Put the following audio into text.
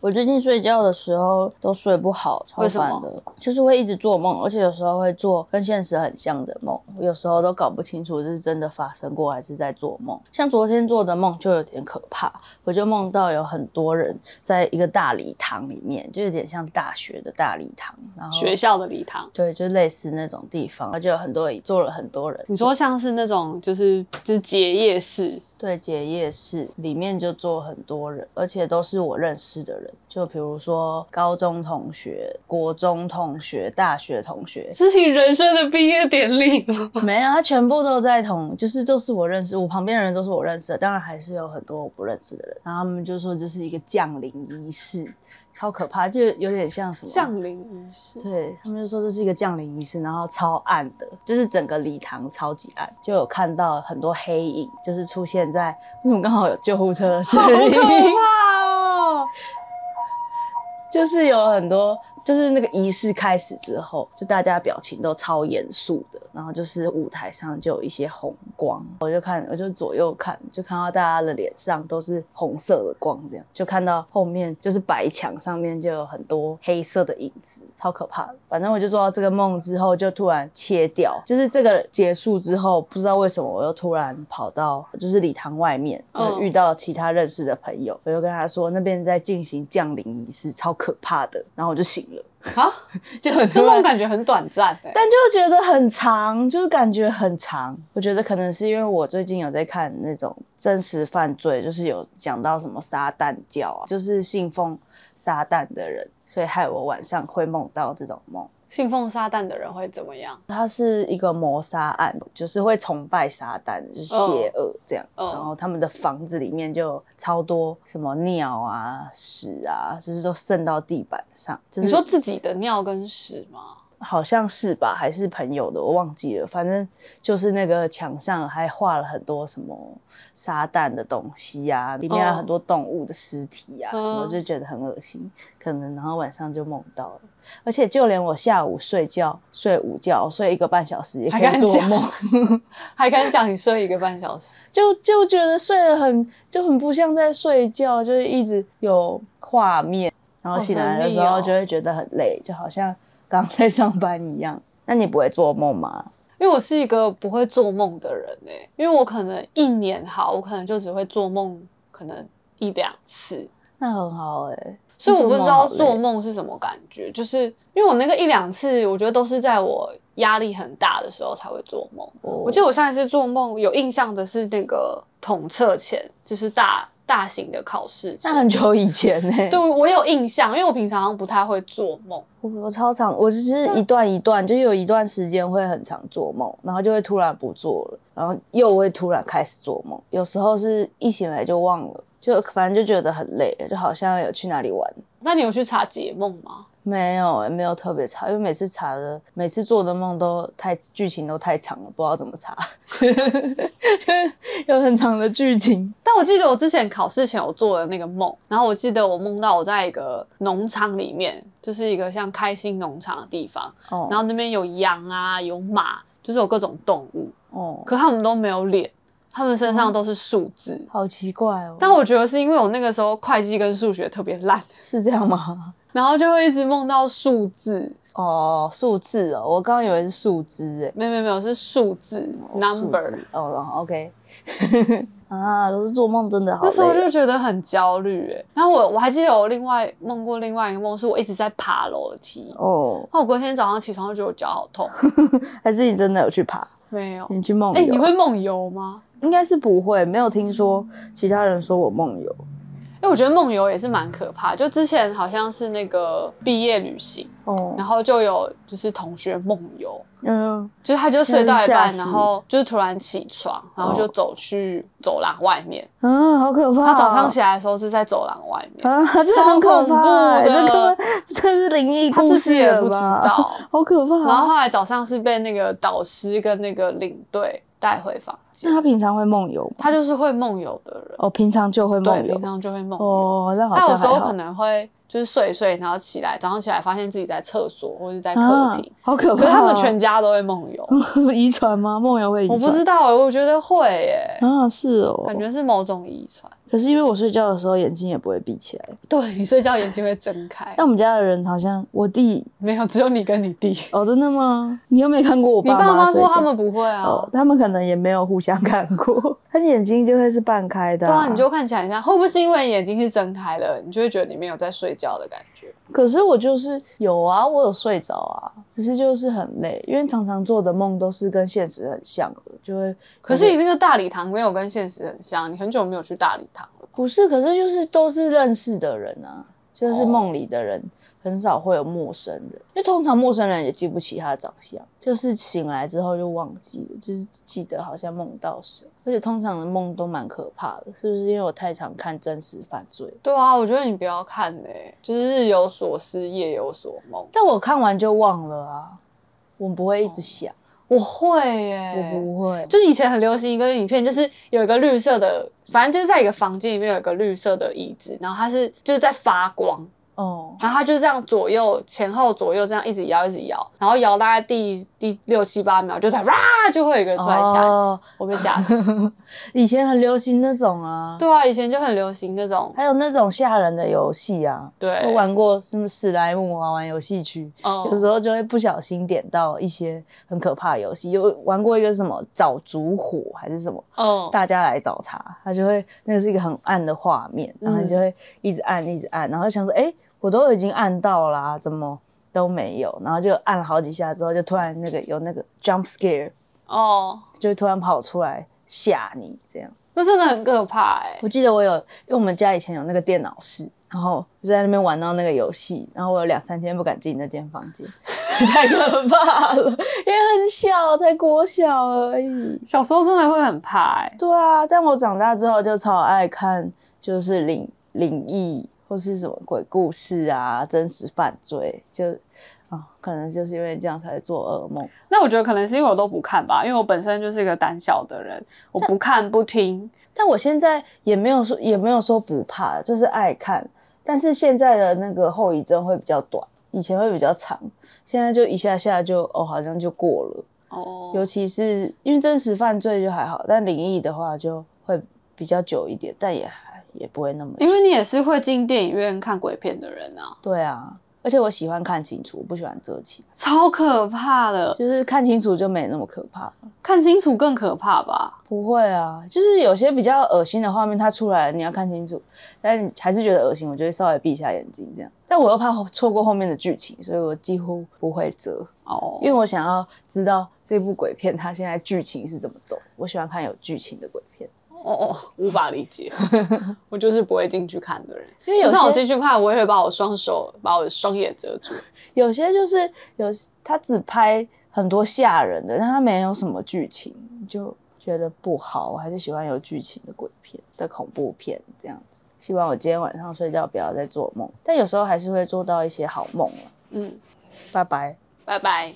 我最近睡觉的时候都睡不好，超为什么烦的，就是会一直做梦，而且有时候会做跟现实很像的梦，有时候都搞不清楚这是真的发生过还是在做梦。像昨天做的梦就有点可怕，我就梦到有很多人在一个大礼堂里面，就有点像大学的大礼堂，然后学校的礼堂。对，就类似那种地方，然后就有很多人坐了很多人，你说像是那种就是就是结业式，，对，结业式里面就坐很多人，而且都是我认识的人，就比如说高中同学、国中同学、大学同学 这是你人生的毕业典礼吗？没有，他全部都在同，就是都是我认识，我旁边的人都是我认识的，当然还是有很多我不认识的人。然后他们就说这是一个降临仪式，超可怕，就有点像什么降临仪式，对他们就说这是一个降临仪式，然后超暗的，就是整个礼堂超级暗，就有看到很多黑影，就是出现在为什么刚好有救护车的声 好音可，怕哦！ 就是有很多，就是那个仪式开始之后，就大家表情都超严肃的，然后就是舞台上就有一些红光，我就看，我就左右看，就看到大家的脸上都是红色的光，这样就看到后面就是白墙上面就有很多黑色的影子，超可怕的。反正我就做到这个梦之后，就突然切掉，就是这个结束之后，不知道为什么我又突然跑到就是礼堂外面，嗯就遇到其他认识的朋友，我就跟他说那边在进行降临仪式，超可怕的。然后我就醒了，啊，就很这 突梦然，感觉很短暂哎、但就觉得很长，就是感觉很长。我觉得可能是因为我最近有在看那种真实犯罪，就是有讲到什么撒旦教啊，就是信奉撒旦的人，所以害我晚上会梦到这种梦。信奉撒旦的人会怎么样？它是一个谋杀案，就是会崇拜撒旦，就是邪恶这样。哦然后他们的房子里面就有超多什么尿啊、屎啊，就是都渗到地板上。就是、你说自己的尿跟屎吗？好像是吧，还是朋友的，我忘记了。反正就是那个墙上还画了很多什么撒旦的东西啊，里面哦有很多动物的尸体啊，嗯什么就觉得很恶心。可能然后晚上就梦到了，而且就连我下午睡觉睡午觉睡一个半小时也可还敢以做讲梦。还敢讲你睡一个半小时？就就觉得睡得很就很不像在睡觉，就是一直有画面，然后好醒来神的秘时候哦就会觉得很累，就好像刚在上班一样。那你不会做梦吗？因为我是一个不会做梦的人哎、因为我可能一年好，我可能就只会做梦可能一两次，那很好哎、欸，所以我不知道做梦好累梦是什么感觉，就是因为我那个一两次，我觉得都是在我压力很大的时候才会做梦。我我记得我上一次做梦有印象的是那个统测前，就是大大型的考试前那。很久以前呢、欸，对，我有印象，因为我平常好像不太会做梦。我我超常，我就是一段一段，就有一段时间会很常做梦，然后就会突然不做了，然后又会突然开始做梦，有时候是一醒来就忘了，就反正就觉得很累，就好像有去哪里玩那你有去查解梦吗？没有、欸，没有特别查，因为每次查的，每次做的梦都太剧情都太长了，不知道怎么查， 有很长的剧情。但我记得我之前考试前我做的那个梦，然后我记得我梦到我在一个农场里面，就是一个像开心农场的地方，哦，然后那边有羊啊，有马，就是有各种动物，哦，可他们都没有脸，他们身上都是数字。好奇怪哦，但我觉得是因为我那个时候会计跟数学特别烂，是这样吗？然后就会一直梦到数字，哦，数字哦，我刚刚以为是数字哎、没有没有没有是数字哦数 number 字。哦哦，OK，啊，可是做梦真的好累那哦。时候就觉得很焦虑哎、然后我我还记得我另外梦过另外一个梦，是我一直在爬楼梯。哦，那我隔天早上起床就觉得我脚好 痛，还是你真的有去爬？没有。你去梦游？哎、你会梦游吗？应该是不会，没有听说其他人说我梦游。哎、我觉得梦游也是蛮可怕。就之前好像是那个毕业旅行，哦，然后就有就是同学梦游，嗯，就是他就睡到一吓半，死然后就是突然起床，然后就走去走廊外面。嗯，好可怕、哦。他早上起来的时候是在走廊外面，啊，这很可怕、欸，超恐怖的这根本 这是灵异他故自己事也了不知吧？ 道。好可怕、然后后来早上是被那个导师跟那个领队带回房间那。他平常会梦游吗？他就是会梦游的人，哦，平常就会对，梦游平。常就会梦游。哦，那好他像有时还候好可能会就是睡一睡，然后起来，早上起来发现自己在厕所或者在客厅啊。，好可可怕、是他们全家都会梦游，全 遗传吗？梦游会遗我传？不知道欸，我觉得会耶，啊，是哦，感觉是某种遗传。可是因为我睡觉的时候眼睛也不会闭起来， 对你睡觉眼睛会睁开但，我们家的人好像我弟没有，只有你跟你 弟。哦，真的吗？你又没看过我你爸爸妈睡说觉他们不会啊，哦，他们可能也没有互相看过， 他眼睛就会是半开的、对啊，你就看起来像会不会是因为眼睛是睁开了，你就会觉得你没有在睡觉的感觉？可是我就是有啊，我有睡着啊，只是就是很累，因为常常做的梦都是跟现实很像的，就会。可是你那个大礼堂没有跟现实很像，你很久没有去大礼堂了。不是，可是就是都是认识的人啊，就是梦里的人、很少会有陌生人，因为通常陌生人也记不起他的长相，就是醒来之后就忘记了，就是记得好像梦到谁，而且通常的梦都蛮可怕的，是不是？因为我太常看真实犯罪了，对啊，我觉得你不要看呢、就是日有所思，夜有所梦。但我看完就忘了啊，我不会一直想，我会耶、我不会，就是以前很流行一个影片，就是有一个绿色的，反正就是在一个房间里面有一个绿色的椅子，然后它是就是在发光，哦。然后它就这样左右前后左右这样一直摇一直摇，然后摇大概第第六七八秒，就在哇就会有一个人出来吓你，哦，我被吓死。以前很流行那种啊，对啊，以前就很流行那种，还有那种吓人的游戏啊，对，我玩过什么史莱姆啊，玩游戏区，嗯有时候就会不小心点到一些很可怕的游戏，有玩过一个什么找烛火还是什么，嗯，大家来找茬，他就会那个是一个很暗的画面，嗯然后你就会一直按一直按，然后想说，哎、我都已经按到啦、怎么都没有，然后就按了好几下之后，就突然那个有那个 jump scare，哦，就会突然跑出来吓你这样。那真的很可怕哎、我记得我有，因为我们家以前有那个电脑室，然后我就在那边玩到那个游戏，然后我有两三天不敢进那间房间， 太可怕了，因为很小，才国小而已。小时候真的会很怕哎、对啊，但我长大之后就超爱看，就是灵灵异或是什么鬼故事啊，真实犯罪，就啊、可能就是因为这样才会做噩梦。那我觉得可能是因为我都不看吧，因为我本身就是一个胆小的人，我不看不听。但我现在也没有说也没有说不怕，就是爱看。但是现在的那个后遗症会比较短，以前会比较长，现在就一下下就哦，好像就过了。哦，尤其是因为真实犯罪就还好，但灵异的话就会比较久一点，但也还也不会那么。因为你也是会进电影院看鬼片的人啊，对啊，而且我喜欢看清楚，我不喜欢遮起来，超可怕的，就是看清楚就没那么可怕了。看清楚更可怕吧？不会啊，就是有些比较恶心的画面，它出来了你要看清楚，但你还是觉得恶心，我就会稍微闭一下眼睛这样。但我又怕后错过后面的剧情，所以我几乎不会折，哦，因为我想要知道这部鬼片它现在剧情是怎么走。我喜欢看有剧情的鬼片，哦哦，无法理解， 我就是不会进去看的人。因为有就些算我进去看，我也会把我双手、把我的双眼遮住。有些就是有他只拍很多吓人的，但他没有什么剧情，就觉得不好。我还是喜欢有剧情的鬼片的恐怖片这样子。希望我今天晚上睡觉不要再做梦，但有时候还是会做到一些好梦了。嗯，啊拜拜。拜拜。